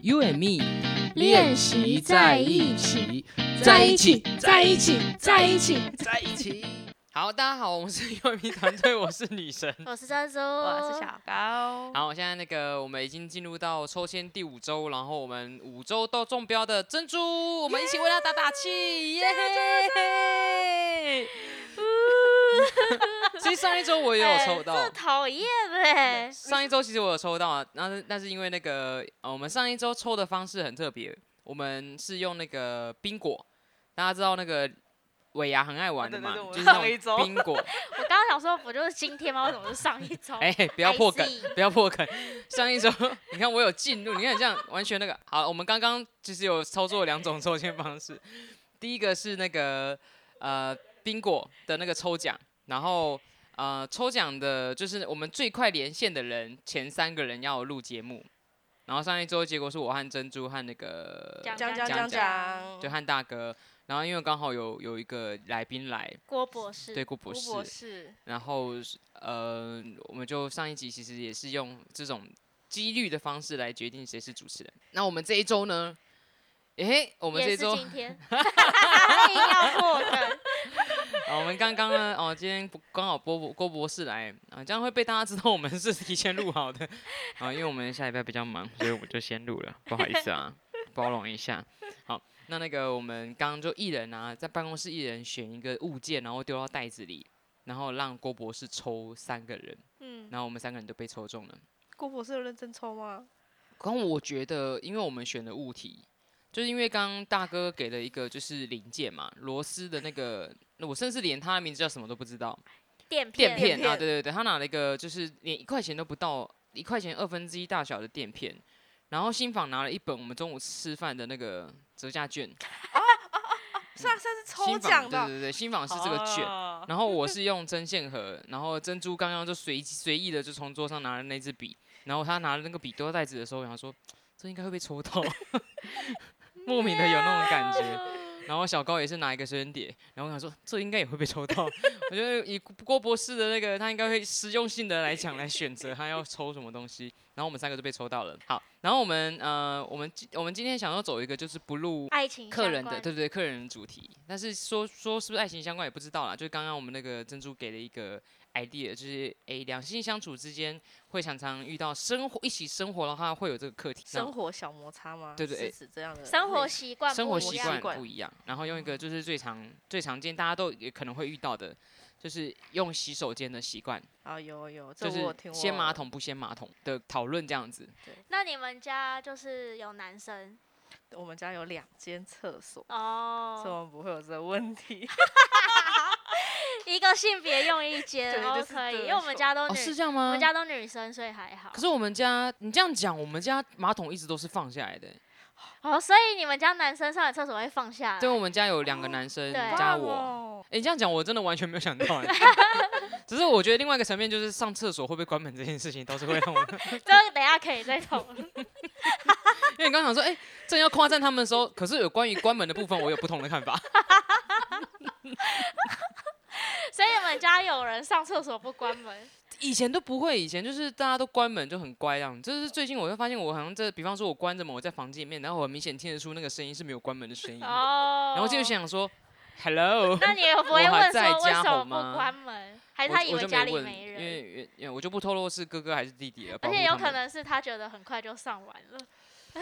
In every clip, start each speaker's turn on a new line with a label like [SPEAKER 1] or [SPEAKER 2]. [SPEAKER 1] You and me
[SPEAKER 2] 练习在一
[SPEAKER 1] 起，
[SPEAKER 2] 在一起，在一起，在一起。
[SPEAKER 1] 在一起。好，大家好，我们是 You and me 团队，我是女神。
[SPEAKER 2] 我是珍珠，
[SPEAKER 3] 我是小高。
[SPEAKER 1] 好，现在那个我们已经进入到抽签第五周，然后我们五周都中标的珍珠，我们一起为她打打气， 耶！其实上一周我也有抽到，
[SPEAKER 2] 这讨厌哎！
[SPEAKER 1] 上一周其实我有抽到啊，那是那是因为那个、呃我们上一周抽的方式很特别，我们是用那个冰果，大家知道那个尾牙很爱玩的嘛，
[SPEAKER 3] 啊对对对我
[SPEAKER 1] 就是那
[SPEAKER 3] 上一
[SPEAKER 1] 种
[SPEAKER 3] 周
[SPEAKER 1] 冰 果。
[SPEAKER 2] 我刚刚想说，不就是今天吗？为什么是上一 周？
[SPEAKER 1] 哎、不要破梗
[SPEAKER 2] I，see
[SPEAKER 1] 不要破梗。上一周你看我有进入，你看这样完全那个好。我们刚刚其实有操作两种抽签方式，第一个是那个呃宾果的那个抽奖，然后呃抽奖的就是我们最快连线的人前三个人要录节目，然后上一周结果是我和珍珠和那个
[SPEAKER 2] 讲
[SPEAKER 3] 讲讲
[SPEAKER 1] 讲
[SPEAKER 3] 讲
[SPEAKER 2] 讲
[SPEAKER 3] 讲，
[SPEAKER 1] 对和大哥，然后因为刚好有有一个来宾来，
[SPEAKER 2] 郭博士，
[SPEAKER 1] 对郭博
[SPEAKER 3] 吴
[SPEAKER 1] 士，
[SPEAKER 3] 博士，
[SPEAKER 1] 然后是呃，我们就上一集其实也是用这种几率的方式来决定谁是主持人。那我们这一周呢？诶，我
[SPEAKER 2] 我
[SPEAKER 1] 们这一周，
[SPEAKER 2] 今 天硬要破 梗，
[SPEAKER 1] 啊我们刚刚呢，哦，今天不刚好郭博郭博士来啊，这样会被大家知道我们是提前录好的啊，因为我们下礼拜比较忙，所以我就先录了，不好意思啊，包容一下。好，那那个我们刚刚就一人啊，在办公室一人选一个物件，然后丢到袋子里，然后让郭博士抽三个人，
[SPEAKER 3] 嗯，
[SPEAKER 1] 然后我们三个人都被抽中了。
[SPEAKER 3] 郭博士有认真抽吗？
[SPEAKER 1] 刚我觉得，因为我们选的物体，就是因为刚刚大哥给了一个就是零件嘛，螺丝的那个，那我甚至连他的名字叫什么都不知道，
[SPEAKER 2] 垫
[SPEAKER 1] 垫
[SPEAKER 2] 片
[SPEAKER 1] 片啊，
[SPEAKER 3] 片
[SPEAKER 1] 对对对，他拿了一个就是连一块钱都不到，一块钱二分之一大小的垫片，然后新房拿了一本我们中午吃饭的那个折价券，
[SPEAKER 3] 是啊，算是抽
[SPEAKER 1] 新
[SPEAKER 3] 奖
[SPEAKER 1] 房对对
[SPEAKER 3] 的，
[SPEAKER 1] 对，新房是这个券。
[SPEAKER 3] 哦
[SPEAKER 1] 然后我是用针线盒，然后珍珠刚刚就随机随意的就从桌上拿了那支笔，然后他拿了那个笔丢到袋子的时候，我想说这应该会被抽到， 莫名的有那种感觉。然后小高也是拿一个随身碟，然后我想说这应该也会被抽到。 我觉得以郭博士的那个，他应该会实用性的来讲来选择他要抽什么东西。然后我们三个就被抽到了。好，然后我们呃，我们今我们今天想要走一个就是不录
[SPEAKER 2] 爱情
[SPEAKER 1] 客人
[SPEAKER 2] 相
[SPEAKER 1] 的，
[SPEAKER 2] 关
[SPEAKER 1] 对不对？客人的主题，但是说说是不是爱情相关也不知道啦。就是刚刚我们那个珍珠给了一个 idea，就是诶，两性相处之间会常常遇到生活一起生活的话会有这个课题，
[SPEAKER 3] 生活小摩擦吗？
[SPEAKER 1] 对对
[SPEAKER 3] 是
[SPEAKER 1] 哎
[SPEAKER 3] 指这样的
[SPEAKER 2] 生活
[SPEAKER 3] 类
[SPEAKER 2] 习惯不一样，
[SPEAKER 1] 生活
[SPEAKER 3] 习
[SPEAKER 1] 习
[SPEAKER 3] 惯
[SPEAKER 1] 惯不一样。然后用一个就是最常最常见，大家都也可能会遇到的，就是用洗手间的习惯，
[SPEAKER 3] 啊，有有，这
[SPEAKER 1] 就
[SPEAKER 3] 我有
[SPEAKER 1] 是
[SPEAKER 3] 听我
[SPEAKER 1] 掀马桶不掀马桶的讨论这样子。
[SPEAKER 2] 那你们家就是有男生
[SPEAKER 3] 我们家有两间厕所，所以
[SPEAKER 2] 哦，
[SPEAKER 3] 我们不会有这个问题。
[SPEAKER 2] 一个性别用一间
[SPEAKER 3] 对
[SPEAKER 2] 哦
[SPEAKER 3] 就是
[SPEAKER 2] 可以，
[SPEAKER 3] 对
[SPEAKER 2] 因为我们家都
[SPEAKER 1] 哦，
[SPEAKER 2] 女，
[SPEAKER 1] 是这样
[SPEAKER 2] 我
[SPEAKER 1] 吗
[SPEAKER 2] 们？家都女生，所以还好
[SPEAKER 1] 可。是我们家，你这样讲，我们家马桶一直都是放下来的欸、
[SPEAKER 2] 哦，所以你们家男生上完厕所会放下来？
[SPEAKER 1] 对，我们家有两个男生
[SPEAKER 2] 哎对
[SPEAKER 1] 加
[SPEAKER 3] 棒
[SPEAKER 1] 我，
[SPEAKER 3] 哦，
[SPEAKER 1] 哎、你这样讲我真的完全没有想到、欸，只是我觉得另外一个层面就是上厕所会被关门这件事情倒是会让我，
[SPEAKER 2] 这个等一下可以再讨论。
[SPEAKER 1] 因为你刚想说，哎、正要夸赞他们的时候，可是有关于关门的部分我有不同的看法。
[SPEAKER 2] 所以你们家有人上厕所不关门？
[SPEAKER 1] 以前都不会，以前就是大家都关门就很乖这样，就是最近我会发现我好像这，比方说我关着门，我在房间里面，然后我很明显听得出那个声音是没有关门的声音，嗯然
[SPEAKER 2] 哦，
[SPEAKER 1] 后就想说，hello。
[SPEAKER 2] 那你也不会
[SPEAKER 1] 我还
[SPEAKER 2] 问
[SPEAKER 1] 在
[SPEAKER 2] 说为
[SPEAKER 1] 家
[SPEAKER 2] 什
[SPEAKER 1] 好
[SPEAKER 2] 么
[SPEAKER 1] 吗
[SPEAKER 2] 不关门，还
[SPEAKER 1] 我
[SPEAKER 2] 是他
[SPEAKER 1] 就
[SPEAKER 2] 以
[SPEAKER 1] 我
[SPEAKER 2] 为
[SPEAKER 1] 就
[SPEAKER 2] 家
[SPEAKER 1] 没
[SPEAKER 2] 里
[SPEAKER 1] 问，
[SPEAKER 2] 没
[SPEAKER 1] 因
[SPEAKER 2] 人？
[SPEAKER 1] 为因为我就不透露是哥哥还是弟弟了，保
[SPEAKER 2] 而且
[SPEAKER 1] 护
[SPEAKER 2] 有
[SPEAKER 1] 他
[SPEAKER 2] 可
[SPEAKER 1] 们
[SPEAKER 2] 能是他觉得很快就上完了，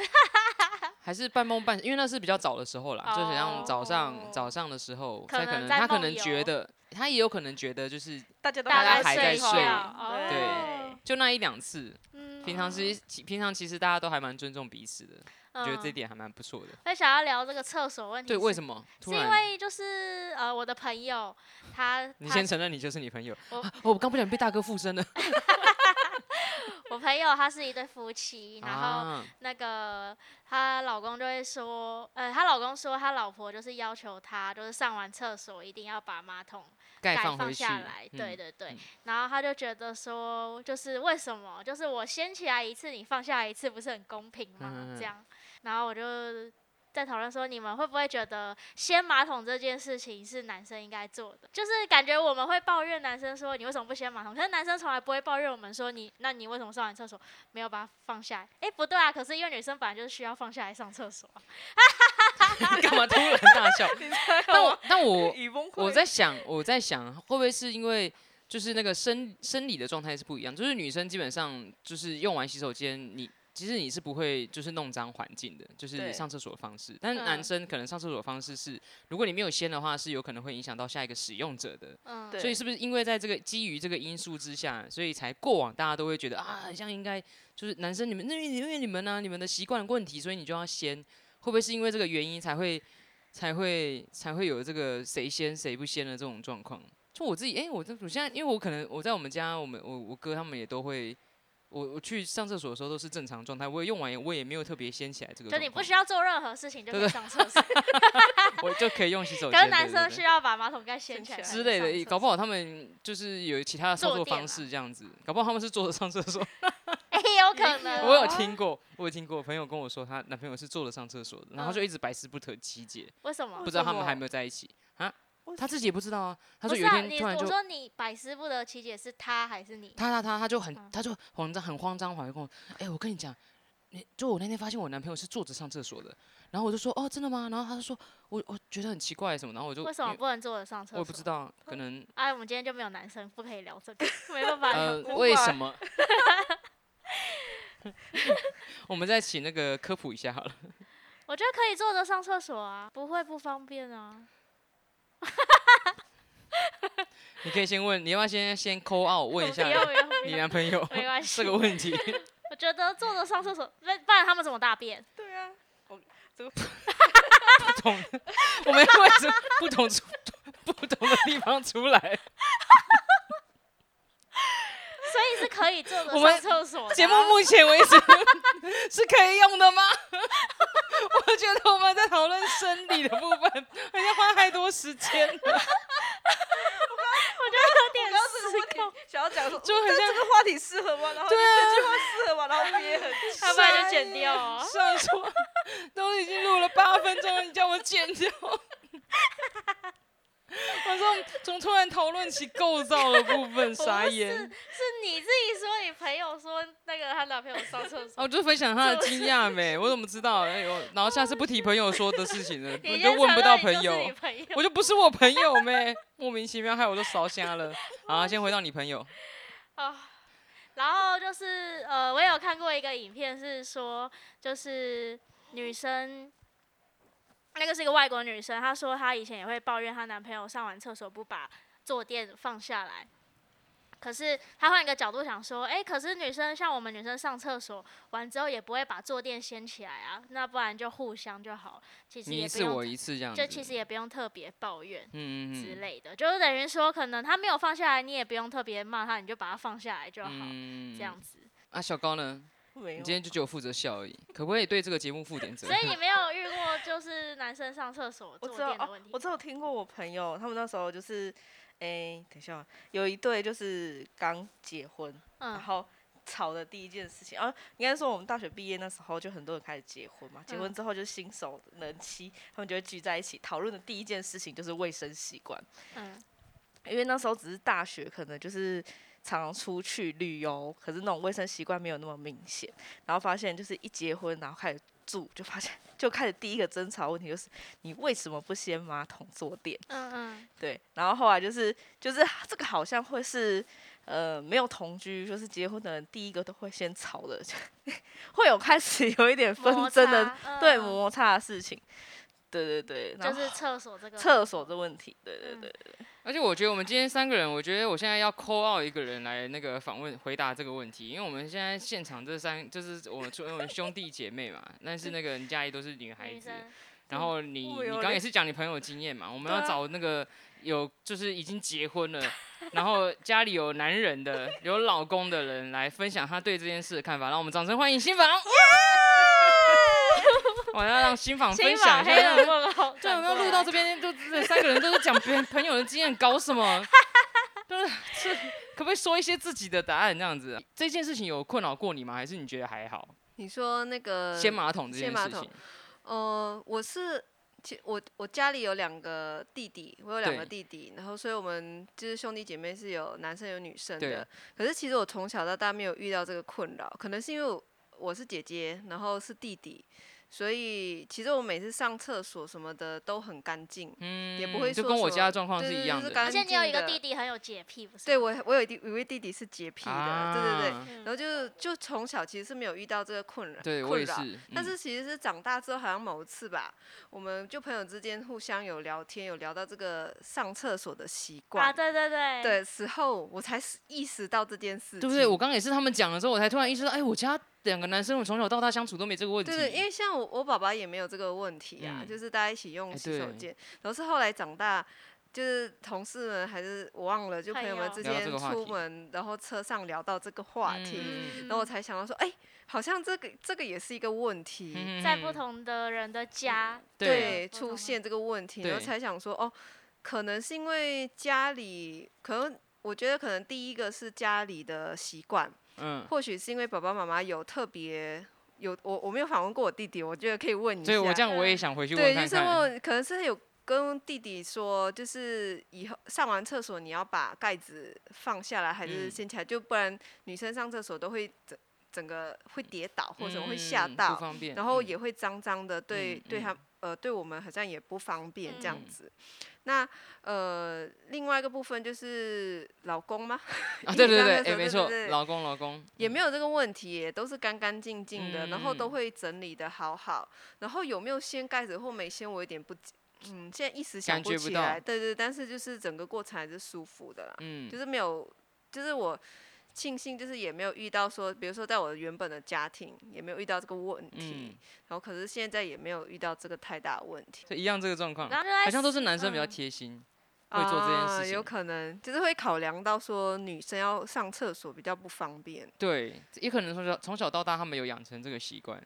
[SPEAKER 1] 还是半梦半醒，因为那是比较早的时候啦，就很像早上、
[SPEAKER 3] 哦
[SPEAKER 1] 早上的时候，
[SPEAKER 2] 可
[SPEAKER 1] 才
[SPEAKER 2] 能
[SPEAKER 1] 能
[SPEAKER 2] 在
[SPEAKER 1] 他可
[SPEAKER 2] 梦哦
[SPEAKER 1] 能觉
[SPEAKER 2] 游
[SPEAKER 1] 得，他也有可能觉得就是
[SPEAKER 3] 大家都
[SPEAKER 2] 大
[SPEAKER 1] 家
[SPEAKER 3] 还
[SPEAKER 1] 还在
[SPEAKER 3] 睡
[SPEAKER 1] 睡
[SPEAKER 2] 觉
[SPEAKER 1] 对
[SPEAKER 2] 哦
[SPEAKER 1] 就那一两次，
[SPEAKER 2] 嗯，
[SPEAKER 1] 平常其实其平常其实大家都还蛮尊重彼此的，我觉得这一
[SPEAKER 2] 嗯
[SPEAKER 1] 点还蛮不错的。
[SPEAKER 2] 会想要聊这个厕所问题是，
[SPEAKER 1] 对，为什么突
[SPEAKER 2] 是因
[SPEAKER 1] 然？
[SPEAKER 2] 为就是呃，我的朋友他，
[SPEAKER 1] 你
[SPEAKER 2] 他
[SPEAKER 1] 先承认你就是你朋友，
[SPEAKER 2] 我
[SPEAKER 1] 啊哦，我刚不小心被大哥附身了。
[SPEAKER 2] 我朋友他是一对夫妻， 然后
[SPEAKER 1] 啊，
[SPEAKER 2] 那个她老公就会说，呃，她老公说他老婆就是要求他，就是上完厕所一定要把马桶
[SPEAKER 1] 盖
[SPEAKER 2] 盖
[SPEAKER 1] 放回
[SPEAKER 2] 放
[SPEAKER 1] 去，
[SPEAKER 2] 下来，对
[SPEAKER 1] 嗯，
[SPEAKER 2] 对对。
[SPEAKER 1] 嗯
[SPEAKER 2] 然后他就觉得说，就是为什么，就是我掀起来一次，你放下来一次，不是很公平吗？
[SPEAKER 1] 嗯嗯嗯
[SPEAKER 2] 这样，然后我就在讨论说，你们会不会觉得掀马桶这件事情是男生应该做的？就是感觉我们会抱怨男生说你为什么不掀马桶，可是男生从来不会抱怨我们说你，那你为什么上完厕所没有把它放下来？哎、不对啊，可是因为女生本来就是需要放下来上厕所啊、
[SPEAKER 1] 干嘛突然大 笑？但我但我
[SPEAKER 3] 已崩溃。
[SPEAKER 1] 我在想，我在想，会不会是因为就是那个生生理的状态是不一样？就是女生基本上就是用完洗手间，你其实你是不会就是弄脏环境的，就是
[SPEAKER 3] 对
[SPEAKER 1] 你上厕所的方式。但是
[SPEAKER 2] 嗯
[SPEAKER 1] 男生可能上厕所的方式是，如果你没有掀的话，是有可能会影响到下一个使用者的。
[SPEAKER 2] 嗯，
[SPEAKER 3] 对
[SPEAKER 1] 所以是不是因为在这个基于这个因素之下，所以才过往大家都会觉得啊，好像应该就是男生你们那因为因为你们呢、啊你们的习惯问题，所以你就要先，会不会是因为这个原因才会才会才会有这个谁先谁不先的这种状况？就我自己，哎、我这我现在因为我可能我在我们家，我们我我哥他们也都会。我我去上厕所的时候都是正常状态，我也用完也我也没有特别掀起来这个
[SPEAKER 2] 就
[SPEAKER 1] 状况，
[SPEAKER 2] 你不需要做任何事情就可以
[SPEAKER 1] 对
[SPEAKER 2] 上厕所，
[SPEAKER 1] 我就可以用洗手
[SPEAKER 2] 可
[SPEAKER 1] 间。
[SPEAKER 2] 是
[SPEAKER 1] 对
[SPEAKER 2] 男
[SPEAKER 1] 对
[SPEAKER 2] 生
[SPEAKER 1] 对
[SPEAKER 2] 需要把马桶盖掀起来
[SPEAKER 3] 之
[SPEAKER 1] 之类的，搞不
[SPEAKER 2] 好。
[SPEAKER 1] 好他们就是有其他的操
[SPEAKER 2] 坐
[SPEAKER 1] 作
[SPEAKER 2] 垫
[SPEAKER 1] 方
[SPEAKER 2] 啦
[SPEAKER 1] 式这样子，搞不好他们是坐着上厕 所。
[SPEAKER 2] 哎、有可能。
[SPEAKER 1] 我有听过，我有听过，朋友跟我说她男朋友是坐着上厕所的，然后
[SPEAKER 2] 嗯
[SPEAKER 1] 就一直百思不得其解，
[SPEAKER 2] 为什么
[SPEAKER 1] 不？知道他
[SPEAKER 3] 什
[SPEAKER 1] 们
[SPEAKER 3] 么
[SPEAKER 1] 还没有在一起啊
[SPEAKER 3] 为？
[SPEAKER 1] 他自己也不知道啊，他
[SPEAKER 2] 不
[SPEAKER 1] 说
[SPEAKER 2] 是
[SPEAKER 1] 有一
[SPEAKER 2] 啊，
[SPEAKER 1] 天
[SPEAKER 2] 你
[SPEAKER 1] 突然
[SPEAKER 2] 我
[SPEAKER 1] 就
[SPEAKER 2] 说你百思不得其解是他还是你？
[SPEAKER 1] 他他他他就很
[SPEAKER 2] 嗯
[SPEAKER 1] 他就慌张很慌张，反而跟我，哎、我跟你讲，你就我那天发现我男朋友是坐着上厕所的，然后我就说哦真的吗？然后他就说我我觉得很奇怪什么，然后我就
[SPEAKER 2] 为什么
[SPEAKER 1] 因
[SPEAKER 2] 不能坐着上厕
[SPEAKER 1] 我也
[SPEAKER 2] 所？
[SPEAKER 1] 不知。道啊，可能
[SPEAKER 2] 哎，我们今天就没有男生，不可以聊这个， 没办法。
[SPEAKER 1] 呃，
[SPEAKER 3] 无
[SPEAKER 1] 为
[SPEAKER 3] 法
[SPEAKER 1] 什么？ 我们再请那个科普一下好了。
[SPEAKER 2] 我觉得可以坐着上厕所啊，不会不方便啊。
[SPEAKER 1] 你可以先问，你要不要先先 call out 问一
[SPEAKER 2] 不要
[SPEAKER 1] 下
[SPEAKER 2] 不要不
[SPEAKER 1] 你
[SPEAKER 2] 要，
[SPEAKER 1] 男朋友
[SPEAKER 2] 没关 系
[SPEAKER 1] 这。个问题？
[SPEAKER 2] 我觉得坐着上厕所，不不然他们怎么大便？
[SPEAKER 3] 对啊，
[SPEAKER 1] 不同，我们为什么不同出不同的地方出来？
[SPEAKER 2] 所以是可以坐着
[SPEAKER 1] 我们
[SPEAKER 2] 上厕所的啊。
[SPEAKER 1] 节目目前为止 是可以用的吗？ 我觉得我们在讨论生理的部分， 好像花太多时间了，
[SPEAKER 3] 我刚刚这个问题想要讲说，
[SPEAKER 1] 就
[SPEAKER 3] 嗯
[SPEAKER 1] 很
[SPEAKER 3] 但
[SPEAKER 1] 像
[SPEAKER 3] 这个话题适合吗？然后
[SPEAKER 1] 对啊
[SPEAKER 3] 这句话适合吗？然后憋很久。
[SPEAKER 2] 要不然就剪掉哦。
[SPEAKER 1] 上说 都已经录了八分钟了，你叫我剪掉？ 我说怎么突然讨论起构造的部分，傻眼。
[SPEAKER 2] 是你自己说，你朋友说那个她男朋友上厕所。
[SPEAKER 1] 哦，我就分享他的惊讶 呗，我怎么知道？哎呦，然后下次不提朋友说的事情了，
[SPEAKER 2] 你
[SPEAKER 1] 我
[SPEAKER 2] 先
[SPEAKER 1] 就问
[SPEAKER 2] 承
[SPEAKER 1] 不
[SPEAKER 2] 认
[SPEAKER 1] 到
[SPEAKER 2] 你
[SPEAKER 1] 朋
[SPEAKER 2] 就是
[SPEAKER 1] 友
[SPEAKER 2] 你，朋友
[SPEAKER 1] 我就不是我朋友呗， 莫名其妙害我都烧瞎了。好，先回到你朋友，
[SPEAKER 2] 啊。然后就是呃，我有看过一个影片，是说就是女生，那个是一个外国女生，她说她以前也会抱怨她男朋友上完厕所不把坐垫放下来。可是她换一个角度想说，哎，可是女生像我们女生上厕所完之后也不会把坐垫掀起来啊，那不然就互相就好，其实
[SPEAKER 1] 你
[SPEAKER 2] 也
[SPEAKER 1] 一
[SPEAKER 2] 不
[SPEAKER 1] 次我
[SPEAKER 2] 用，
[SPEAKER 1] 一次这样子，
[SPEAKER 2] 就其实也不用特别抱怨。
[SPEAKER 1] 嗯
[SPEAKER 2] 之
[SPEAKER 1] 嗯
[SPEAKER 2] 类的，就是等于说，可能他没有放下来，你也不用特别骂他，你就把他放下来就好，
[SPEAKER 1] 嗯，
[SPEAKER 2] 这样子。
[SPEAKER 1] 啊，小高呢？
[SPEAKER 3] 没
[SPEAKER 1] 你
[SPEAKER 3] 有
[SPEAKER 1] 今天就只有负责笑而已，可不可以对这个节目负点责
[SPEAKER 2] 所？以你没有遇过就是男生上厕所
[SPEAKER 3] 我
[SPEAKER 2] 坐
[SPEAKER 3] 知道
[SPEAKER 2] 垫的
[SPEAKER 3] 哦
[SPEAKER 2] 问，题
[SPEAKER 3] 我，只有听过我朋友，他们那时候就是，哎、等一下啊，有一对就是刚结婚，然
[SPEAKER 2] 嗯，
[SPEAKER 3] 后吵的第一件事情，啊，应该说我们大学毕业那时候就很多人开始结婚嘛，结婚
[SPEAKER 2] 嗯
[SPEAKER 3] 之后就新手人妻，他们就会聚在一起讨论的第一件事情就是卫生习惯，
[SPEAKER 2] 嗯，
[SPEAKER 3] 因为那时候只是大学，可能就是常常出去旅游，可是那种卫生习惯没有那么明显。然后发现就是一结婚，然后开始住，就发现就开始第一个争吵问题就是你为什么不掀马桶坐垫？
[SPEAKER 2] 嗯嗯，
[SPEAKER 3] 对，然后后来就是就是啊这个好像会是呃没有同居，就是结婚的人第一个都会先吵的， 就会有开始有一点纷
[SPEAKER 2] 摩
[SPEAKER 3] 争的
[SPEAKER 2] 擦，
[SPEAKER 3] 对
[SPEAKER 2] 嗯
[SPEAKER 3] 摩擦的事情。对对对，然
[SPEAKER 2] 就
[SPEAKER 3] 后
[SPEAKER 2] 是厕所这个
[SPEAKER 3] 厕所的问题，对对
[SPEAKER 2] 嗯
[SPEAKER 3] 对，
[SPEAKER 1] 而且我觉得我们今天三个人，我觉得我现在要扣到一个人来那个访问回答这个问题，因为我们现在现场这三就是我们除了我们兄弟姐妹嘛，但是那个人家里都是女孩
[SPEAKER 2] 女
[SPEAKER 1] 子，
[SPEAKER 2] 生，
[SPEAKER 1] 然后你
[SPEAKER 3] 我
[SPEAKER 1] 你
[SPEAKER 3] 有
[SPEAKER 1] 刚刚也是讲你朋友的经验嘛，我们要
[SPEAKER 3] 对啊
[SPEAKER 1] 找那个有就是已经结婚了，然后家里有男人的有老公的人来分享他对这件事的看法，让我们掌声欢迎新房。 我要让新房分
[SPEAKER 2] 新
[SPEAKER 1] 享
[SPEAKER 2] 法
[SPEAKER 1] 一下
[SPEAKER 2] 黑
[SPEAKER 1] 让
[SPEAKER 2] 人问号，
[SPEAKER 1] 对，有没有录到这边？都这三个人都是讲别人朋友的经验，搞什么？就是是，可不可以说一些自己的答案这样子、这件事情有困扰过你吗？还是你觉得还好？
[SPEAKER 4] 你说那个
[SPEAKER 1] 掀马桶这
[SPEAKER 4] 掀
[SPEAKER 1] 件
[SPEAKER 4] 呃马
[SPEAKER 1] 事
[SPEAKER 4] 桶
[SPEAKER 1] 情，
[SPEAKER 4] 呃，我是其我我家里有两个弟弟，我有两个
[SPEAKER 1] 对
[SPEAKER 4] 弟弟，然后所以我们就是兄弟姐妹是有男生有女生
[SPEAKER 1] 对
[SPEAKER 4] 的。可是其实我从小到大没有遇到这个困扰，可能是因为我我是姐姐，然后是弟弟，所以其实我每次上厕所什么的都很干净，
[SPEAKER 1] 嗯，
[SPEAKER 4] 也不会
[SPEAKER 1] 就
[SPEAKER 4] 说
[SPEAKER 1] 跟我
[SPEAKER 4] 什
[SPEAKER 1] 家
[SPEAKER 4] 么
[SPEAKER 1] 的状况
[SPEAKER 4] 对
[SPEAKER 1] 是
[SPEAKER 4] 对
[SPEAKER 1] 一
[SPEAKER 4] 对
[SPEAKER 1] 样
[SPEAKER 4] 是
[SPEAKER 1] 的，
[SPEAKER 4] 干
[SPEAKER 2] 而且你有一个
[SPEAKER 4] 净的
[SPEAKER 2] 弟弟很有洁癖，不是？啊
[SPEAKER 4] 对我我有一弟有一位弟弟是洁癖的，对对对。
[SPEAKER 1] 啊
[SPEAKER 2] 嗯
[SPEAKER 4] 然后就就从小其实是没有遇到这个困扰，
[SPEAKER 1] 对我
[SPEAKER 4] 困
[SPEAKER 1] 也是
[SPEAKER 4] 扰。，但
[SPEAKER 1] 嗯
[SPEAKER 4] 是其实是长大之后，好像某一次吧，我们就朋友之间互相有聊天，有聊到这个上厕所的习
[SPEAKER 2] 啊，
[SPEAKER 4] 惯
[SPEAKER 2] 对对对，
[SPEAKER 4] 的时候，我才是意识到这件事情。
[SPEAKER 1] 对不对？我刚刚也是他们讲了之后，我才突然意识到，哎，我家两个男生，我从小到大相处都没这个问题。
[SPEAKER 4] 对对，因为像我我爸爸也没有这个问题啊，
[SPEAKER 1] 嗯
[SPEAKER 4] 就是大家一起用
[SPEAKER 1] 哎
[SPEAKER 4] 洗手
[SPEAKER 1] 对
[SPEAKER 4] 间，然后是后来长大。就是同事们还是我忘了，就
[SPEAKER 2] 朋
[SPEAKER 4] 朋友们
[SPEAKER 2] 友
[SPEAKER 4] 之
[SPEAKER 1] 哎聊到这
[SPEAKER 4] 间
[SPEAKER 1] 个话
[SPEAKER 4] 出
[SPEAKER 1] 题
[SPEAKER 4] 门，然后车上聊到这个话题，
[SPEAKER 1] 嗯
[SPEAKER 4] 然后我才想到说，哎、好像这个这个也是一个问题。
[SPEAKER 1] 嗯
[SPEAKER 2] 在不同的人的家，
[SPEAKER 1] 对
[SPEAKER 4] 对
[SPEAKER 2] 不同
[SPEAKER 4] 出
[SPEAKER 2] 的
[SPEAKER 4] 现这个问题，然后
[SPEAKER 1] 对
[SPEAKER 4] 才想说哦，可能是因为家里，可能我觉得可能第一个是家里的习惯，
[SPEAKER 1] 嗯，
[SPEAKER 4] 或许是因为爸爸妈妈有特别有我我没有访问过我弟弟，我觉得可以问一
[SPEAKER 1] 所
[SPEAKER 4] 下。
[SPEAKER 1] 以我这样我也
[SPEAKER 2] 嗯
[SPEAKER 1] 想回去
[SPEAKER 4] 对，
[SPEAKER 1] 问
[SPEAKER 4] 就
[SPEAKER 1] 看
[SPEAKER 4] 是
[SPEAKER 1] 看。
[SPEAKER 4] 问，可能是有跟弟弟说，就是以后上完厕所你要把盖子放下来，还是
[SPEAKER 1] 嗯
[SPEAKER 4] 掀起来，就不然女生上厕所都会整整个会跌倒或者会吓
[SPEAKER 1] 嗯
[SPEAKER 4] 到
[SPEAKER 1] 不。方便，
[SPEAKER 4] 然后
[SPEAKER 1] 嗯
[SPEAKER 4] 也会脏脏的，对、
[SPEAKER 1] 嗯
[SPEAKER 4] 对他
[SPEAKER 1] 嗯
[SPEAKER 4] 呃对我们好像也不方便这样
[SPEAKER 1] 嗯
[SPEAKER 4] 子。那呃另外一个部分就是老公吗？
[SPEAKER 1] 啊，
[SPEAKER 4] 你
[SPEAKER 1] 对对
[SPEAKER 4] 刚
[SPEAKER 1] 对，哎，
[SPEAKER 4] 刚说
[SPEAKER 1] 没
[SPEAKER 4] 对
[SPEAKER 1] 错
[SPEAKER 4] 对，对
[SPEAKER 1] 老公老公
[SPEAKER 4] 也
[SPEAKER 1] 嗯
[SPEAKER 4] 没有这个问题耶，都是干干净净的，然后
[SPEAKER 1] 嗯嗯
[SPEAKER 4] 都
[SPEAKER 1] 嗯
[SPEAKER 4] 会整理的好好。然后有没有掀盖子或没掀，我有点不记，嗯，现在一时想
[SPEAKER 1] 感觉不
[SPEAKER 4] 起
[SPEAKER 1] 到
[SPEAKER 4] 来。对对，但是就是整个过程还是舒服的啦，
[SPEAKER 1] 嗯
[SPEAKER 4] 就，是没有，就是我。庆幸就是也没有遇到说，比如说在我原本的家庭也没有遇到这个问题，
[SPEAKER 1] 嗯，
[SPEAKER 4] 然后可是现在也没有遇到这个太大的问题，
[SPEAKER 1] 所以一样这个状况，
[SPEAKER 2] 然后就
[SPEAKER 1] 嗯
[SPEAKER 2] 在
[SPEAKER 1] 好像都是男生比较
[SPEAKER 2] 嗯
[SPEAKER 1] 贴心，会做这件事
[SPEAKER 4] 啊有
[SPEAKER 1] 情
[SPEAKER 4] 可能就是会考量到说女生要上厕所比较不方便，
[SPEAKER 1] 对，也可能从小从小到大他们有养成这个习惯。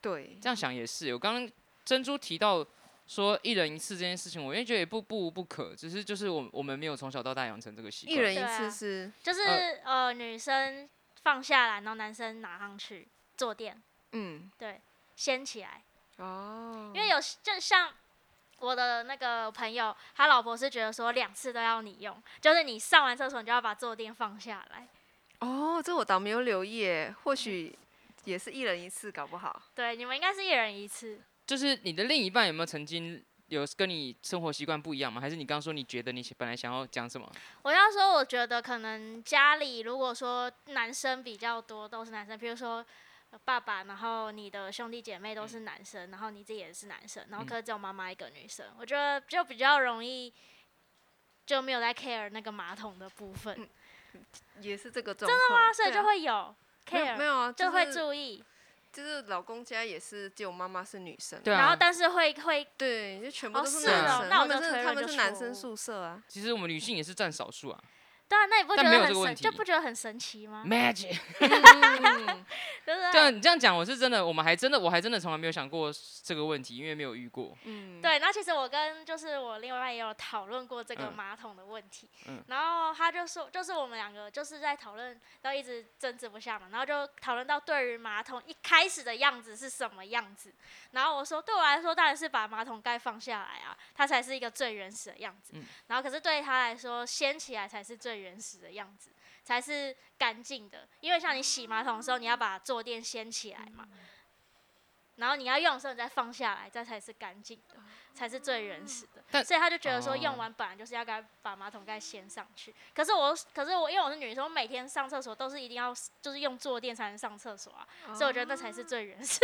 [SPEAKER 4] 对，
[SPEAKER 1] 这样想也是，我刚刚珍珠提到说一人一次这件事情，我也觉得也不不无不可，只是就是我我们没有从小到大养成这个习
[SPEAKER 4] 一
[SPEAKER 1] 惯。
[SPEAKER 4] 人
[SPEAKER 2] 对
[SPEAKER 4] 一
[SPEAKER 2] 啊
[SPEAKER 4] 次是
[SPEAKER 2] 就是呃女生放下来，然后男生拿上去坐垫，
[SPEAKER 4] 嗯
[SPEAKER 2] 对，掀起来，
[SPEAKER 4] 哦，
[SPEAKER 2] 因为有就像。我的那个朋友，他老婆是觉得说两次都要你用，就是你上完厕所，你就要把坐垫放下来。
[SPEAKER 4] 哦，这我倒没有留意耶，
[SPEAKER 2] 嗯
[SPEAKER 4] 或许也是一人一次，搞不好
[SPEAKER 2] 对，你们应该是一人一次。
[SPEAKER 1] 就是你的另一半有没有曾经有跟你生活习惯不一样吗？还是你刚刚说你觉得你本来想要讲什么？
[SPEAKER 2] 我要说，我觉得可能家里如果说男生比较多，都是男生，比如说呃爸爸，然后你的兄弟姐妹都
[SPEAKER 4] 嗯
[SPEAKER 2] 是男生，然后你自己也是男生，然后
[SPEAKER 1] 嗯
[SPEAKER 2] 可是只有妈妈一个女生，我觉得就比较容易就没有在 care 那个马桶的部分，
[SPEAKER 4] 嗯也是这个状况，
[SPEAKER 2] 啊，所以
[SPEAKER 4] 对
[SPEAKER 2] 就
[SPEAKER 4] 啊
[SPEAKER 2] 会有
[SPEAKER 4] 没有没
[SPEAKER 2] care，
[SPEAKER 4] 有啊，
[SPEAKER 2] 就会
[SPEAKER 4] 是
[SPEAKER 2] 注意，
[SPEAKER 4] 就是老公家也是只有妈妈是女生，
[SPEAKER 1] 对啊
[SPEAKER 2] 然后但是会会
[SPEAKER 4] 对，就全部
[SPEAKER 2] 哦
[SPEAKER 4] 都是
[SPEAKER 2] 是
[SPEAKER 4] 男
[SPEAKER 1] 哦
[SPEAKER 4] 生，
[SPEAKER 2] 那
[SPEAKER 4] 他
[SPEAKER 2] 我的
[SPEAKER 4] 们
[SPEAKER 2] 推
[SPEAKER 4] 是他
[SPEAKER 2] 论
[SPEAKER 4] 们
[SPEAKER 2] 就是
[SPEAKER 4] 男
[SPEAKER 2] 错
[SPEAKER 4] 生
[SPEAKER 2] 误
[SPEAKER 4] 宿舍啊，
[SPEAKER 1] 其实我们女性也是占少数啊。
[SPEAKER 2] 对啊，那你不觉
[SPEAKER 1] 但
[SPEAKER 2] 得
[SPEAKER 1] 没有
[SPEAKER 2] 很
[SPEAKER 1] 这个问
[SPEAKER 2] 神，就
[SPEAKER 1] 题
[SPEAKER 2] 不觉得很神奇吗？
[SPEAKER 4] 啊
[SPEAKER 1] Magic，
[SPEAKER 4] 嗯
[SPEAKER 2] 对不
[SPEAKER 1] 对啊，
[SPEAKER 2] 对？
[SPEAKER 1] 你这样讲我是真的，我们还真的我还真的从来没有想过这个问题，因为没有遇过。
[SPEAKER 4] 嗯，
[SPEAKER 2] 对，然后其实我跟就是我另外也有讨论过这个
[SPEAKER 1] 嗯
[SPEAKER 2] 马桶的问题，
[SPEAKER 1] 嗯
[SPEAKER 2] 然后他就说，就是我们两个就是在讨论，然后一直争执不下嘛，然后就讨论到对于马桶一开始的样子是什么样子，然后我说对我来说当然是把马桶盖放下来啊，它才是一个最原始的样子，
[SPEAKER 1] 嗯
[SPEAKER 2] 然后可是对他来说掀起来才是最原始的样子，才是干净的，因为像你洗马桶的时候，你要把坐垫掀起来嘛。然后你要用的时候，你再放下来，这才是干净的，才是最原始的。
[SPEAKER 1] 但
[SPEAKER 2] 所以他就觉得说，
[SPEAKER 1] 哦
[SPEAKER 2] 用完本来就是要该把马桶盖掀上去。可是我，可是我，因为我是女生，我每天上厕所都是一定要就是用坐垫才能上厕所啊，所以我觉得那才是最原始。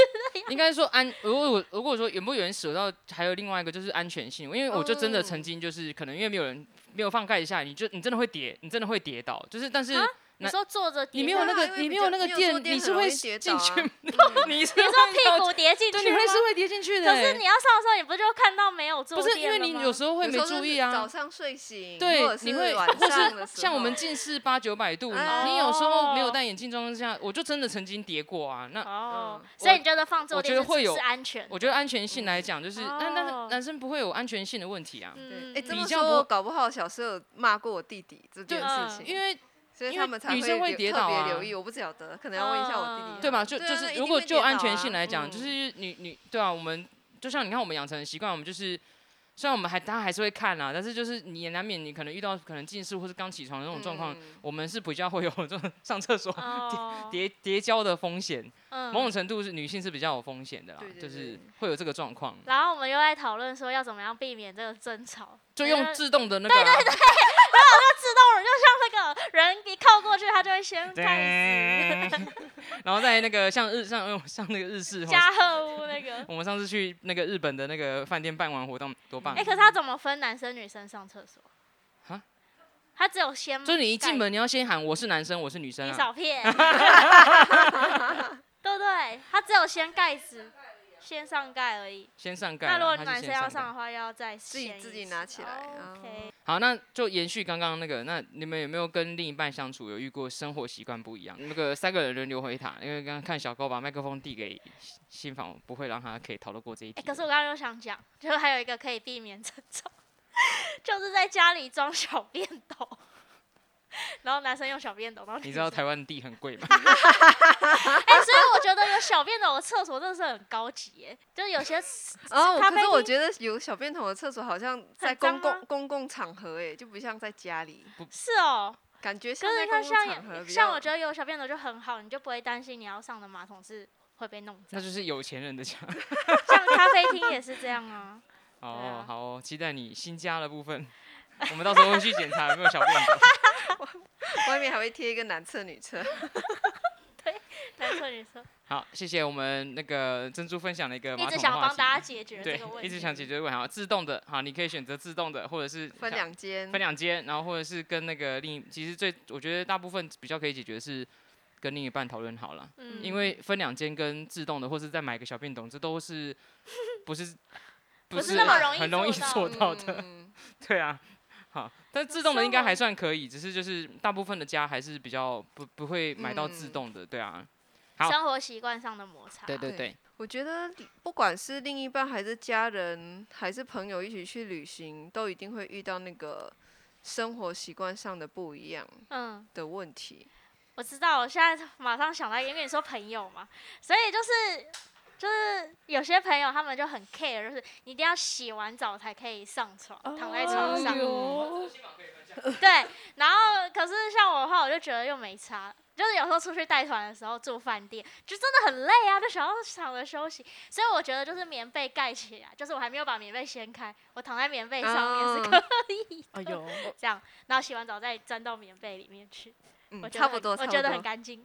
[SPEAKER 1] 应该说安，如果我如果说有没有人舍到，还有另外一个就是安全性，因为我就真的曾经就是可能因为没有人没有放盖一下，你就你真的会跌，你真的会跌倒，就是但是
[SPEAKER 2] 啊你
[SPEAKER 1] 那
[SPEAKER 2] 说坐着跌
[SPEAKER 1] 你没有
[SPEAKER 2] 下
[SPEAKER 1] 那
[SPEAKER 4] 对啊
[SPEAKER 1] 个
[SPEAKER 4] 因为
[SPEAKER 1] 你
[SPEAKER 4] 比
[SPEAKER 1] 没
[SPEAKER 4] 较
[SPEAKER 1] 有那个
[SPEAKER 4] 没有坐
[SPEAKER 1] 垫，
[SPEAKER 4] 垫
[SPEAKER 1] 你
[SPEAKER 4] 很
[SPEAKER 1] 是
[SPEAKER 4] 容
[SPEAKER 1] 会
[SPEAKER 4] 易跌
[SPEAKER 1] 进
[SPEAKER 4] 倒
[SPEAKER 1] 去
[SPEAKER 4] 啊，
[SPEAKER 1] 你是会
[SPEAKER 2] 屁股跌进
[SPEAKER 1] 对，
[SPEAKER 2] 去
[SPEAKER 1] 你
[SPEAKER 2] 吗
[SPEAKER 1] 会？是会跌进去的
[SPEAKER 2] 可是
[SPEAKER 1] 欸。
[SPEAKER 2] 你要上的时候，你不就看到没有坐
[SPEAKER 1] 不
[SPEAKER 2] 垫
[SPEAKER 1] 是因为
[SPEAKER 2] 了
[SPEAKER 1] 你
[SPEAKER 2] 吗
[SPEAKER 1] 有时候会
[SPEAKER 4] 有
[SPEAKER 1] 没
[SPEAKER 4] 时候
[SPEAKER 1] 注
[SPEAKER 4] 是
[SPEAKER 1] 意
[SPEAKER 4] 早
[SPEAKER 1] 啊，
[SPEAKER 4] 上睡醒，
[SPEAKER 1] 对
[SPEAKER 4] 或者，是
[SPEAKER 1] 你会
[SPEAKER 4] 晚
[SPEAKER 1] 或
[SPEAKER 4] 上的
[SPEAKER 1] 是
[SPEAKER 4] 时
[SPEAKER 1] 像我们
[SPEAKER 4] 候
[SPEAKER 1] 近视八九百度，
[SPEAKER 4] 哎
[SPEAKER 1] 你有时候没有戴眼镜状况下，我就真的曾经跌过啊。那
[SPEAKER 2] 哦
[SPEAKER 4] 嗯，
[SPEAKER 2] 所以
[SPEAKER 1] 我
[SPEAKER 2] 你觉得放坐
[SPEAKER 1] 我
[SPEAKER 2] 垫
[SPEAKER 1] 觉
[SPEAKER 2] 是
[SPEAKER 1] 得会有
[SPEAKER 2] 是安全的？
[SPEAKER 1] 我觉得安全性来讲，就是但但
[SPEAKER 2] 哦
[SPEAKER 1] 是男生不会有安全性的问题啊，
[SPEAKER 4] 对，
[SPEAKER 2] 嗯，
[SPEAKER 4] 哎，这
[SPEAKER 1] 比
[SPEAKER 4] 么
[SPEAKER 1] 较
[SPEAKER 4] 说，
[SPEAKER 1] 不啊
[SPEAKER 4] 搞不好小时候有骂过我弟弟这件
[SPEAKER 2] 嗯
[SPEAKER 4] 事情，
[SPEAKER 1] 因为
[SPEAKER 4] 所以
[SPEAKER 1] 因
[SPEAKER 4] 他
[SPEAKER 1] 为
[SPEAKER 4] 们才
[SPEAKER 1] 女生会
[SPEAKER 4] 留
[SPEAKER 1] 跌
[SPEAKER 4] 特
[SPEAKER 1] 倒
[SPEAKER 4] 别
[SPEAKER 1] 啊
[SPEAKER 4] 留意，我不晓得，可能要问一下我弟弟。
[SPEAKER 2] 嗯
[SPEAKER 1] 对吧？就
[SPEAKER 4] 对啊
[SPEAKER 1] 就
[SPEAKER 4] 那
[SPEAKER 1] 是
[SPEAKER 4] 一
[SPEAKER 1] 如
[SPEAKER 4] 定
[SPEAKER 1] 果
[SPEAKER 4] 会
[SPEAKER 1] 就
[SPEAKER 4] 跌
[SPEAKER 1] 安
[SPEAKER 4] 倒
[SPEAKER 1] 全
[SPEAKER 4] 啊
[SPEAKER 1] 性来讲，就
[SPEAKER 4] 嗯
[SPEAKER 1] 是你你对啊，我们就像你看我们养成的习惯，我们就是虽然我们还大家还是会看啦，但是就是你也难免你可能遇到可能近视或是刚起床的那种状况，
[SPEAKER 4] 嗯
[SPEAKER 1] 我们是比较会有这种上厕所
[SPEAKER 2] 哦，
[SPEAKER 1] 叠叠交的风险，
[SPEAKER 2] 嗯
[SPEAKER 1] 某种程度是女性是比较有风险的啦
[SPEAKER 4] 对，对
[SPEAKER 1] 就是
[SPEAKER 4] 对
[SPEAKER 1] 会有这个状况，
[SPEAKER 2] 然后我们又在讨论说要怎么样避免这个争吵，
[SPEAKER 1] 就
[SPEAKER 2] 我觉
[SPEAKER 1] 用
[SPEAKER 2] 得
[SPEAKER 1] 自动的那个啊，
[SPEAKER 2] 那我就像那个人一靠过去，他就会先开始
[SPEAKER 1] 啊 然后在那个像日像呃像那个日 式哈，
[SPEAKER 2] 加贺屋那个。
[SPEAKER 1] 我们上次去那个日本的那个饭店办完活动，多棒
[SPEAKER 2] 哎、！可是他怎么分男生女生上厕所？
[SPEAKER 1] 啊
[SPEAKER 2] 他只有先
[SPEAKER 1] 就是你一进
[SPEAKER 2] 盖
[SPEAKER 1] 门，你要先喊我是男生，我是女生
[SPEAKER 2] 你
[SPEAKER 1] 啊。
[SPEAKER 2] 少骗，对不对？他只有掀盖子，先上盖而已。
[SPEAKER 1] 先上盖啊。
[SPEAKER 2] 那如果
[SPEAKER 1] 他是
[SPEAKER 2] 男生
[SPEAKER 1] 先
[SPEAKER 2] 要
[SPEAKER 1] 盖
[SPEAKER 2] 上的话，要再自
[SPEAKER 4] 己自己拿起来
[SPEAKER 2] OK，
[SPEAKER 1] 好，那就延续刚刚那个，那你们有没有跟另一半相处有遇过生活习惯不一样？那个三个人轮流回答，因为刚刚看小高把麦克风递给新新房，不会让他可以逃得过这一
[SPEAKER 2] 哎、
[SPEAKER 1] 题。
[SPEAKER 2] 可是我刚刚又想讲，就是还有一个可以避免这种， 就是在家里装小便斗， 然后男生用小便斗，然后
[SPEAKER 1] 你
[SPEAKER 2] 女
[SPEAKER 1] 知道
[SPEAKER 2] 生
[SPEAKER 1] 台湾地很贵 吗？
[SPEAKER 2] 哎、所以我觉得有小便斗的厕所真的是很高级耶，就是有些
[SPEAKER 4] 哦，
[SPEAKER 2] 咖
[SPEAKER 4] 可
[SPEAKER 2] 啡
[SPEAKER 4] 是我
[SPEAKER 2] 厅
[SPEAKER 4] 觉得有小便桶的厕所好像在
[SPEAKER 2] 脏
[SPEAKER 4] 公
[SPEAKER 2] 吗
[SPEAKER 4] 共公共场合，哎，就不像在家里，
[SPEAKER 2] 是哦，
[SPEAKER 4] 感觉
[SPEAKER 2] 可
[SPEAKER 4] 像
[SPEAKER 2] 是
[SPEAKER 4] 在
[SPEAKER 2] 你看
[SPEAKER 4] 公共场
[SPEAKER 2] 像
[SPEAKER 4] 合
[SPEAKER 2] 有
[SPEAKER 4] 比
[SPEAKER 2] 像
[SPEAKER 4] 较
[SPEAKER 2] 我。觉得有小便斗就很好，你就不会担心你要上的马桶是会被弄
[SPEAKER 1] 那
[SPEAKER 2] 脏。
[SPEAKER 1] 就是有钱人的家。
[SPEAKER 2] 像咖啡厅也是这样 啊。
[SPEAKER 1] 哦
[SPEAKER 2] 啊，
[SPEAKER 1] 好哦，期待你新家的部分，我们到时候会去检查有没有小便斗。
[SPEAKER 4] 外面还会贴一个男厕女厕，
[SPEAKER 2] 男生女生
[SPEAKER 1] 好，谢谢我们那个珍珠分享了一个马
[SPEAKER 2] 一
[SPEAKER 1] 桶
[SPEAKER 2] 直
[SPEAKER 1] 的
[SPEAKER 2] 想
[SPEAKER 1] 话
[SPEAKER 2] 帮大家
[SPEAKER 1] 题，
[SPEAKER 2] 解哎决这
[SPEAKER 1] 对
[SPEAKER 2] 个，问
[SPEAKER 1] 一
[SPEAKER 2] 题，
[SPEAKER 1] 直想解决的问题。好，自动的，好，你可以选择自动的，或者是
[SPEAKER 4] 分
[SPEAKER 1] 想
[SPEAKER 4] 两间
[SPEAKER 1] 分。两间，然后或者是跟那个另一，其实最我觉得大部分比较可以解决的是跟另一半讨论好了，
[SPEAKER 2] 嗯
[SPEAKER 1] 因为分两间跟自动的，或是再买个小便桶，这都是不是
[SPEAKER 2] 不是
[SPEAKER 1] 是
[SPEAKER 2] 那么容易
[SPEAKER 1] 很容易做
[SPEAKER 2] 做
[SPEAKER 1] 到的。
[SPEAKER 4] 嗯
[SPEAKER 1] 对啊，好，但自动的应该还算可以，只是就是大部分的家还是比较不不会买到自
[SPEAKER 4] 嗯
[SPEAKER 1] 动的，对啊，好
[SPEAKER 2] 生活习惯上的摩擦。
[SPEAKER 1] 对对
[SPEAKER 4] 对
[SPEAKER 1] 对，
[SPEAKER 4] 我觉得不管是另一半还是家人还是朋友一起去旅行，都一定会遇到那个生活习惯上的不一样
[SPEAKER 2] 嗯，
[SPEAKER 4] 的问题。
[SPEAKER 2] 我知道，我现在马上想到一个，因为你说朋友嘛，所以就是就是有些朋友他们就很 care，就是你一定要洗完澡才可以上床，躺在床上。
[SPEAKER 3] 哦
[SPEAKER 2] 对，然后可是像我的话，我就觉得又没差，就是有时候出去带团的时候住饭店，就真的很累啊，就想要躺着休息。所以我觉得就是棉被盖起来，就是我还没有把棉被掀开，我躺在棉被哎上面是可
[SPEAKER 4] 哦
[SPEAKER 2] 以
[SPEAKER 3] 哎呦，
[SPEAKER 2] 这样，然后洗完澡再钻到棉被里面去，
[SPEAKER 4] 嗯
[SPEAKER 2] 我觉得
[SPEAKER 4] 差不
[SPEAKER 2] 很
[SPEAKER 4] 多，
[SPEAKER 2] 我
[SPEAKER 4] 差不
[SPEAKER 2] 觉得很
[SPEAKER 4] 多。
[SPEAKER 2] 干净。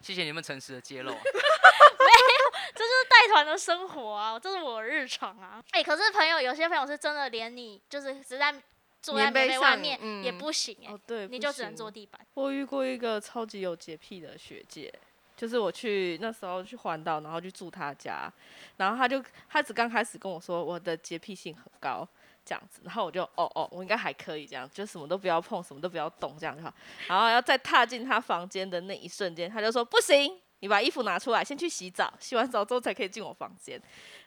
[SPEAKER 1] 谢谢你们诚实的揭露啊。
[SPEAKER 2] 带团的生活啊，这是我的日常啊。哎、可是朋友有些朋友是真的连你就是只在坐在棉
[SPEAKER 4] 棉被
[SPEAKER 2] 被外
[SPEAKER 4] 上
[SPEAKER 2] 面
[SPEAKER 4] 嗯
[SPEAKER 2] 也不行哎、
[SPEAKER 3] 哦对，
[SPEAKER 2] 你
[SPEAKER 3] 不
[SPEAKER 2] 就只能
[SPEAKER 3] 行
[SPEAKER 2] 坐地板。
[SPEAKER 3] 我遇过一个超级有洁癖的学姐，就是我去那时候去环岛，然后去住她家，然后她就她只刚开始跟我说我的洁癖性很高这样子，然后我就哦哦，我应该还可以这样，就什么都不要碰，什么都不要动这样就好。然后要再踏进她房间的那一瞬间，她就说不行，你把衣服拿出来，先去洗澡，洗完澡之后才可以进我房间。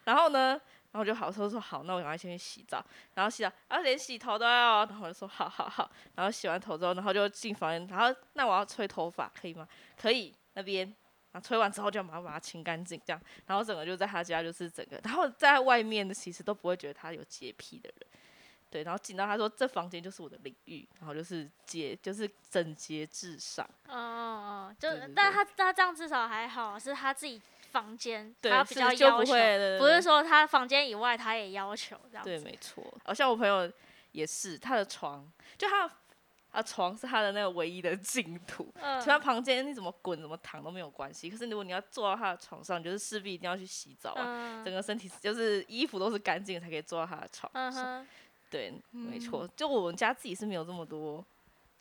[SPEAKER 3] 然后呢？然后我就好说说好，那我赶快先去洗澡，然后洗澡，然后连洗头都要哦，然后我就说好好好，然后洗完头之后，然后就进房间，然后那我要吹头发可以吗？可以，那边。然后吹完之后就马上把它清干净，这样，然后整个就在他家就是整个，然后在外面的其实都不会觉得他有洁癖的人，对，然后进到他说这房间就是我的领域，然后就是洁就是整洁至上，
[SPEAKER 2] 嗯嗯嗯，就
[SPEAKER 3] 对对
[SPEAKER 2] 但
[SPEAKER 3] 对
[SPEAKER 2] 他他这样至少还好，是他自己房间，
[SPEAKER 3] 对
[SPEAKER 2] 他比
[SPEAKER 3] 是
[SPEAKER 2] 较
[SPEAKER 3] 就
[SPEAKER 2] 要
[SPEAKER 3] 不
[SPEAKER 2] 求，
[SPEAKER 3] 会对对
[SPEAKER 2] 不是
[SPEAKER 3] 对
[SPEAKER 2] 说他房间以外他也要求这样
[SPEAKER 3] 对，
[SPEAKER 2] 子。
[SPEAKER 3] 没错。好像我朋友也是，他的床就他的啊床是他的那个唯一的净土，
[SPEAKER 2] 嗯
[SPEAKER 3] 除了房间你怎么滚怎么躺都没有关系，可是如果你要坐到他的床上，你就是势必一定要去洗澡啊，
[SPEAKER 2] 嗯
[SPEAKER 3] 整个身体就是衣服都是干净的才可以坐到他的床
[SPEAKER 2] 嗯
[SPEAKER 3] 上。
[SPEAKER 2] 哼，
[SPEAKER 3] 对，没错，就我们家自己是没有这么多，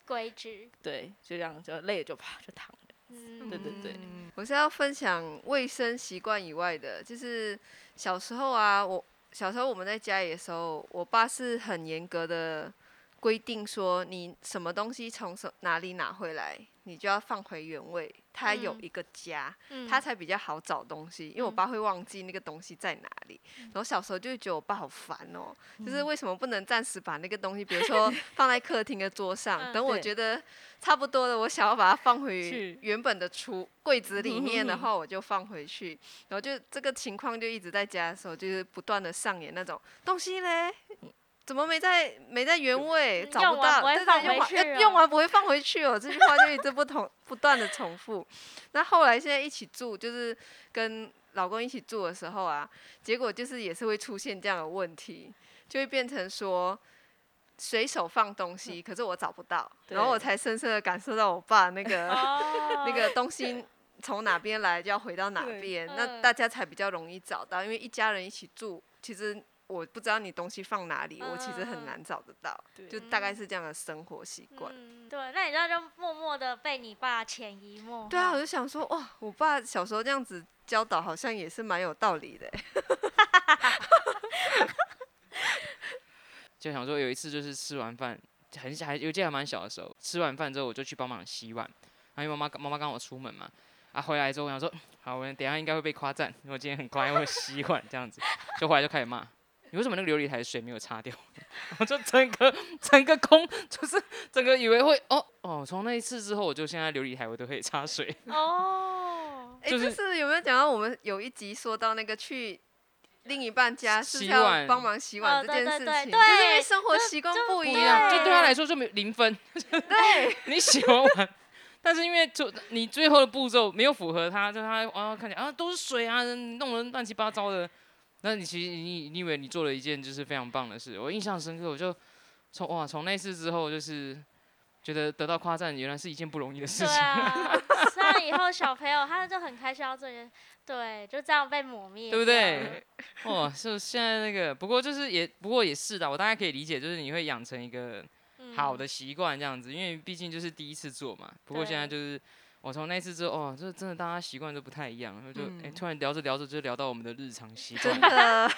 [SPEAKER 2] 规矩，
[SPEAKER 3] 对，就这样就累了就啪就躺着。
[SPEAKER 2] 嗯，
[SPEAKER 3] 对对对
[SPEAKER 4] 嗯我是要分享卫生习惯以外的，就是小时候啊，我小时候我们在家里的时候，我爸是很严格的规定说，你什么东西从什哪里拿回来，你就要放回原位，他有
[SPEAKER 2] 嗯
[SPEAKER 4] 一个家，
[SPEAKER 2] 嗯
[SPEAKER 4] 他才比较好找东西。因为我
[SPEAKER 2] 嗯
[SPEAKER 4] 爸会忘记那个东西在哪里，然后小时候就会觉得我爸好烦哦，
[SPEAKER 2] 嗯
[SPEAKER 4] 就是为什么不能暂时把那个东西，比如 说放在客厅的桌上，
[SPEAKER 2] 嗯
[SPEAKER 4] 等我
[SPEAKER 3] 对
[SPEAKER 4] 觉得差不多了，我想要把它放回
[SPEAKER 1] 去
[SPEAKER 4] 原本的橱柜子里 面的话，我就放回去。然后就这个情况就一直在家的时候，就是不断的上演那种东西嘞。怎么没在没在原位，
[SPEAKER 2] 嗯
[SPEAKER 4] 找
[SPEAKER 2] 用
[SPEAKER 4] 不
[SPEAKER 2] 完
[SPEAKER 4] 到，
[SPEAKER 2] 不会
[SPEAKER 4] 对
[SPEAKER 2] 放
[SPEAKER 4] 对，
[SPEAKER 2] 回
[SPEAKER 4] 用完
[SPEAKER 2] 去
[SPEAKER 4] 呃
[SPEAKER 2] 哦
[SPEAKER 4] 用完不会放回去哦，这句话就一直不同不断的重复。那后来现在一起住，就是跟老公一起住的时候啊，结果就是也是会出现这样的问题，就会变成说随手放东西，可是我找不到，然后我
[SPEAKER 3] 对
[SPEAKER 4] 才深深的感受到我爸那个、
[SPEAKER 2] 哦，
[SPEAKER 4] 那个东西从哪边来就要回到哪
[SPEAKER 3] 对
[SPEAKER 4] 边，那
[SPEAKER 2] 嗯
[SPEAKER 4] 大家才比较容易找到，因为一家人一起住，其实我不知道你东西放哪里，我其实
[SPEAKER 2] 嗯嗯
[SPEAKER 4] 很
[SPEAKER 2] 嗯
[SPEAKER 4] 难找得到，
[SPEAKER 3] 对
[SPEAKER 4] 就大概是这样的生活习惯。
[SPEAKER 2] 嗯，对，那你知道就默默的被你爸潜移默
[SPEAKER 4] 对啊，
[SPEAKER 2] 化
[SPEAKER 4] 我就想说，哇，我爸小时候这样子教导，好像也是蛮有道理的欸。
[SPEAKER 1] 就想说有一次就是吃完饭，很小，还有记得还蛮小的时候，吃完饭之后我就去帮忙洗碗，然后因为妈妈妈妈刚好出门嘛，啊回来之后我想说，好，我等一下应该会被夸赞，因为我今天很乖，我有洗碗这样子，就回来就开始骂。你为什么那个琉璃台的水没有擦掉？ 我就整个整个空，就是整个以为会哦哦。从那一次之后，我就现在琉璃台我都可以擦水。
[SPEAKER 2] 哦，
[SPEAKER 4] 哎、
[SPEAKER 1] 就
[SPEAKER 4] 这
[SPEAKER 1] 是
[SPEAKER 4] 是有没有讲到我们有一集说到那个去另一半家是不
[SPEAKER 1] 洗
[SPEAKER 4] 是要
[SPEAKER 1] 碗
[SPEAKER 4] 帮忙洗碗
[SPEAKER 2] 哦
[SPEAKER 4] 这件
[SPEAKER 2] 对
[SPEAKER 4] 事
[SPEAKER 2] 对
[SPEAKER 4] 情，
[SPEAKER 2] 对
[SPEAKER 4] 就是因为
[SPEAKER 2] 对
[SPEAKER 4] 生活习惯不一
[SPEAKER 1] 不一样，
[SPEAKER 4] 样，
[SPEAKER 1] 就
[SPEAKER 2] 对
[SPEAKER 1] 对他来说就没有零分。对， 你洗完碗，但是因为就你最后的步骤没有符合他，就他啊看起来啊都是水啊，弄得乱七八糟的。那你其实你你以为你做了一件就是非常棒的事，我印象深刻，我就从哇从那次之后就是觉得得到夸赞原来是一件不容易的事
[SPEAKER 2] 对
[SPEAKER 1] 情。
[SPEAKER 2] 啊，这样以后小朋友他就很开心要做这些，对，就这样被抹灭，
[SPEAKER 1] 对不对？哦，是现在那个，不过就是也，不过也是的，我大概可以理解，就是你会养成一个
[SPEAKER 2] 嗯？
[SPEAKER 1] 好的习惯这样子，因为毕竟就是第一次做嘛。不过现在
[SPEAKER 2] 对，
[SPEAKER 1] 就是我从那次之后，哦，就真的大家习惯都不太一样，然后就哎、
[SPEAKER 4] 嗯
[SPEAKER 1] 突然聊着聊着就聊到我们的日常习
[SPEAKER 4] 真
[SPEAKER 1] 惯，
[SPEAKER 4] 的。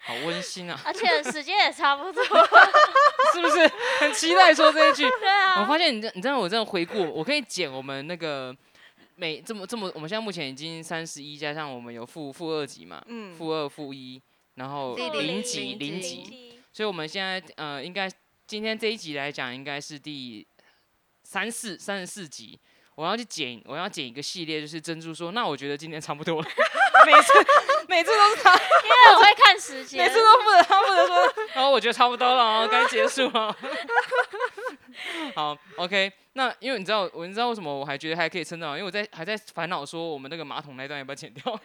[SPEAKER 1] 好温馨啊
[SPEAKER 2] 而且时间也差不多，
[SPEAKER 1] 是不是？很期待说这一句。
[SPEAKER 2] 对
[SPEAKER 1] 我
[SPEAKER 2] 啊，
[SPEAKER 1] 发现你这，你知道我这样回顾，我可以剪我们那个每这么这么，我们现在目前已经三十一，加上我们有负负二级嘛，
[SPEAKER 4] 嗯
[SPEAKER 1] 负二负一，然后
[SPEAKER 4] 第
[SPEAKER 2] 负
[SPEAKER 1] 零
[SPEAKER 2] 零
[SPEAKER 1] 级
[SPEAKER 4] 零
[SPEAKER 1] 零
[SPEAKER 4] 级
[SPEAKER 1] 级，所以我们现在呃，应该今天这一集来讲，应该是第三四三十四集。我要去剪，我要剪一个系列，就是珍珠说，那我觉得今天差不多了。 每次每次都是他，
[SPEAKER 2] 因为我会看时间，
[SPEAKER 1] 每次都不能他不能说，然后我觉得差不多了哦，该结束了。 好，OK，那因为你知道，我你知道为什么我还觉得还可以撑到，因为我在还在烦恼说我们那个马桶那段要不要剪掉，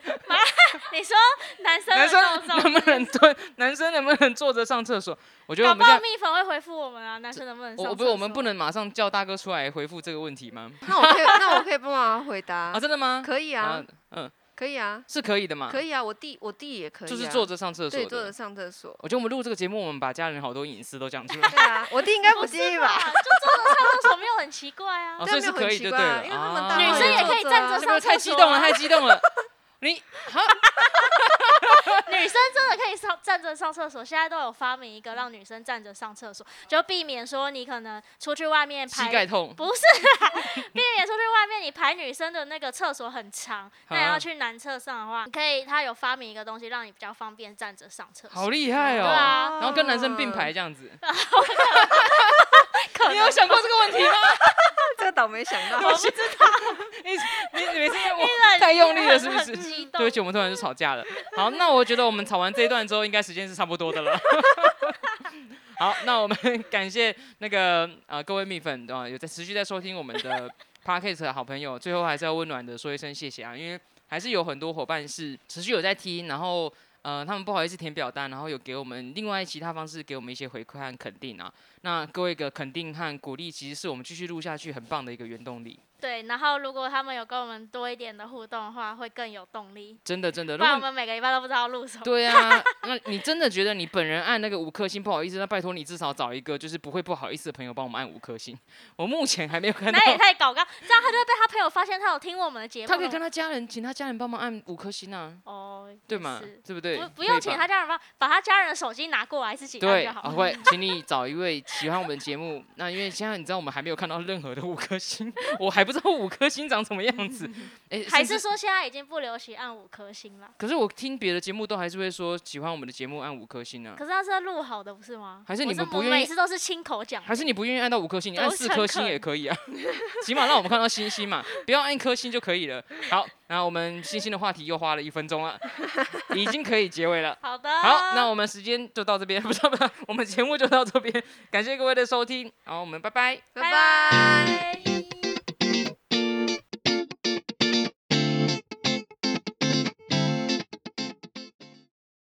[SPEAKER 2] 你说男生
[SPEAKER 1] 男
[SPEAKER 2] 的
[SPEAKER 1] 生
[SPEAKER 2] 肉 粽
[SPEAKER 1] 能不能蹲，男生能不能坐着上厕所？我觉得我
[SPEAKER 2] 搞不
[SPEAKER 1] 们现
[SPEAKER 2] 好
[SPEAKER 1] 在
[SPEAKER 2] 蜜粉会回复我们啊，男生能不能上厕所？
[SPEAKER 1] 我不是我们不能马上叫大哥出来回复这个问题吗？
[SPEAKER 4] 那我可以，那我可以帮忙回答
[SPEAKER 1] 啊，，真的吗？
[SPEAKER 4] 可以啊，，
[SPEAKER 1] 嗯，
[SPEAKER 4] 可以啊，
[SPEAKER 1] 是可以的嘛，
[SPEAKER 4] 可
[SPEAKER 1] 以，
[SPEAKER 4] 以啊，我弟我弟也可以、啊，
[SPEAKER 1] 就是坐着上厕所
[SPEAKER 4] 对
[SPEAKER 1] 的。
[SPEAKER 4] 坐着上厕所。
[SPEAKER 1] 我觉得我们录这个节目，我们把家人好多隐私都讲出 来。
[SPEAKER 4] 对啊，我弟应该不
[SPEAKER 2] 不哦是
[SPEAKER 4] 介意
[SPEAKER 2] 吧？
[SPEAKER 4] 吧？
[SPEAKER 2] 啊就坐着上厕所没有很奇怪啊
[SPEAKER 1] 哦，，所
[SPEAKER 4] 这样
[SPEAKER 1] 以
[SPEAKER 4] 没
[SPEAKER 1] 是
[SPEAKER 4] 有
[SPEAKER 1] 可
[SPEAKER 4] 很
[SPEAKER 1] 以
[SPEAKER 4] 奇
[SPEAKER 1] 就
[SPEAKER 4] 怪
[SPEAKER 1] 对
[SPEAKER 4] 啊，
[SPEAKER 1] 了。
[SPEAKER 4] 因为他们
[SPEAKER 1] 啊
[SPEAKER 4] 大
[SPEAKER 2] 女
[SPEAKER 4] 号
[SPEAKER 2] 生也可以
[SPEAKER 4] 坐着
[SPEAKER 2] 站
[SPEAKER 4] 啊
[SPEAKER 2] 着
[SPEAKER 1] 是不是
[SPEAKER 2] 上
[SPEAKER 1] 太
[SPEAKER 2] 厕
[SPEAKER 1] 激
[SPEAKER 2] 所
[SPEAKER 1] 动了？
[SPEAKER 2] 啊
[SPEAKER 1] 太激动了！你 好，
[SPEAKER 2] 女生真的可以上站着上厕所，现在都有发明一个让女生站着上厕所，就避免说你可能出去外面
[SPEAKER 1] 膝
[SPEAKER 2] 排，
[SPEAKER 1] 盖痛，
[SPEAKER 2] 不是啦，避免出去外面你排女生的那个厕所很长，那你
[SPEAKER 1] 啊
[SPEAKER 2] 要去男厕上的话，你可以他有发明一个东西让你比较方便站着上厕
[SPEAKER 1] 好
[SPEAKER 2] 所，
[SPEAKER 1] 厉害
[SPEAKER 2] 对
[SPEAKER 1] 哦！
[SPEAKER 2] 啊，
[SPEAKER 1] 然后跟男生并排这样子，
[SPEAKER 2] 可
[SPEAKER 1] 你
[SPEAKER 2] 能
[SPEAKER 1] 有想过这个问 题吗？
[SPEAKER 4] 这个倒没想 到，
[SPEAKER 1] 我知道，你你每次我 太用力了，是不
[SPEAKER 2] 很
[SPEAKER 1] 是？
[SPEAKER 2] 激动
[SPEAKER 1] 对不起，我们突然就吵架了。好，那我觉得我们吵完这一段之后，应该时间是差不多的了。 好，那我们 感谢那个呃各位蜜粉啊、呃有在持续在收听我们的 podcast 的好朋友，最后还是要温暖的说一声谢谢啊，因为还是有很多伙伴是持续有在听，然后呃他们不好意思填表单，然后有给我们另外其他方式给我们一些回馈和肯定啊，那各位的肯定和鼓励其实是我们继续录下去很棒的一个原动力，
[SPEAKER 2] 对，然后如果他们有跟我们多一点的互动的话，会更有动力。
[SPEAKER 1] 真的真的，
[SPEAKER 2] 不
[SPEAKER 1] 如
[SPEAKER 2] 然我
[SPEAKER 1] 果
[SPEAKER 2] 们每个礼拜都不知道录什 么。
[SPEAKER 1] 对啊，那你真的觉得你本人按那个五颗星不好意思？那拜托你至少找一个就是不会不好意思的朋友帮我们按五颗星。我目前还没有看到
[SPEAKER 2] 那，也太搞纲，这样他就会被他朋友发现他有听我们的节目了。
[SPEAKER 1] 他可以跟他家人，请他家人帮忙按五颗星啊，
[SPEAKER 2] 哦，也
[SPEAKER 1] 对吗
[SPEAKER 2] 是？
[SPEAKER 1] 对不对？
[SPEAKER 2] 不不
[SPEAKER 1] 可以
[SPEAKER 2] 用
[SPEAKER 1] 吧
[SPEAKER 2] 请他家人帮，把他家人的手机拿过来自己按
[SPEAKER 1] 对，
[SPEAKER 2] 就好
[SPEAKER 1] 啊
[SPEAKER 2] 了。
[SPEAKER 1] 会，请你找一位喜欢我们节目。那因为现在你知道我们还没有看到任何的五颗星，我还不不知道五颗星长什么样子。哎、
[SPEAKER 2] 嗯还
[SPEAKER 1] 甚
[SPEAKER 2] 是
[SPEAKER 1] 至
[SPEAKER 2] 说现在已经不流行按五颗星了？
[SPEAKER 1] 可是我听别的节目都还是会说喜欢我们的节目按五颗星啊，
[SPEAKER 2] 可是那是录好的，不是吗？
[SPEAKER 1] 还是
[SPEAKER 2] 我
[SPEAKER 1] 你们不
[SPEAKER 2] 我
[SPEAKER 1] 愿意
[SPEAKER 2] 每次都是亲口讲的，
[SPEAKER 1] 还是你不愿意按到五颗星，你按
[SPEAKER 2] 都
[SPEAKER 1] 四
[SPEAKER 2] 诚
[SPEAKER 1] 颗星
[SPEAKER 2] 恳
[SPEAKER 1] 也可以 啊，起码让我们看到星星嘛，不要按一颗星就可以了。好，然后我们星星的话题又花了一分钟 了，已经可以结尾了。
[SPEAKER 2] 好的。
[SPEAKER 1] 好，那我们时间就到这边，不是不是，我们节目就到这边，感谢各位的收听，然后我们拜拜。
[SPEAKER 4] 拜拜
[SPEAKER 2] 拜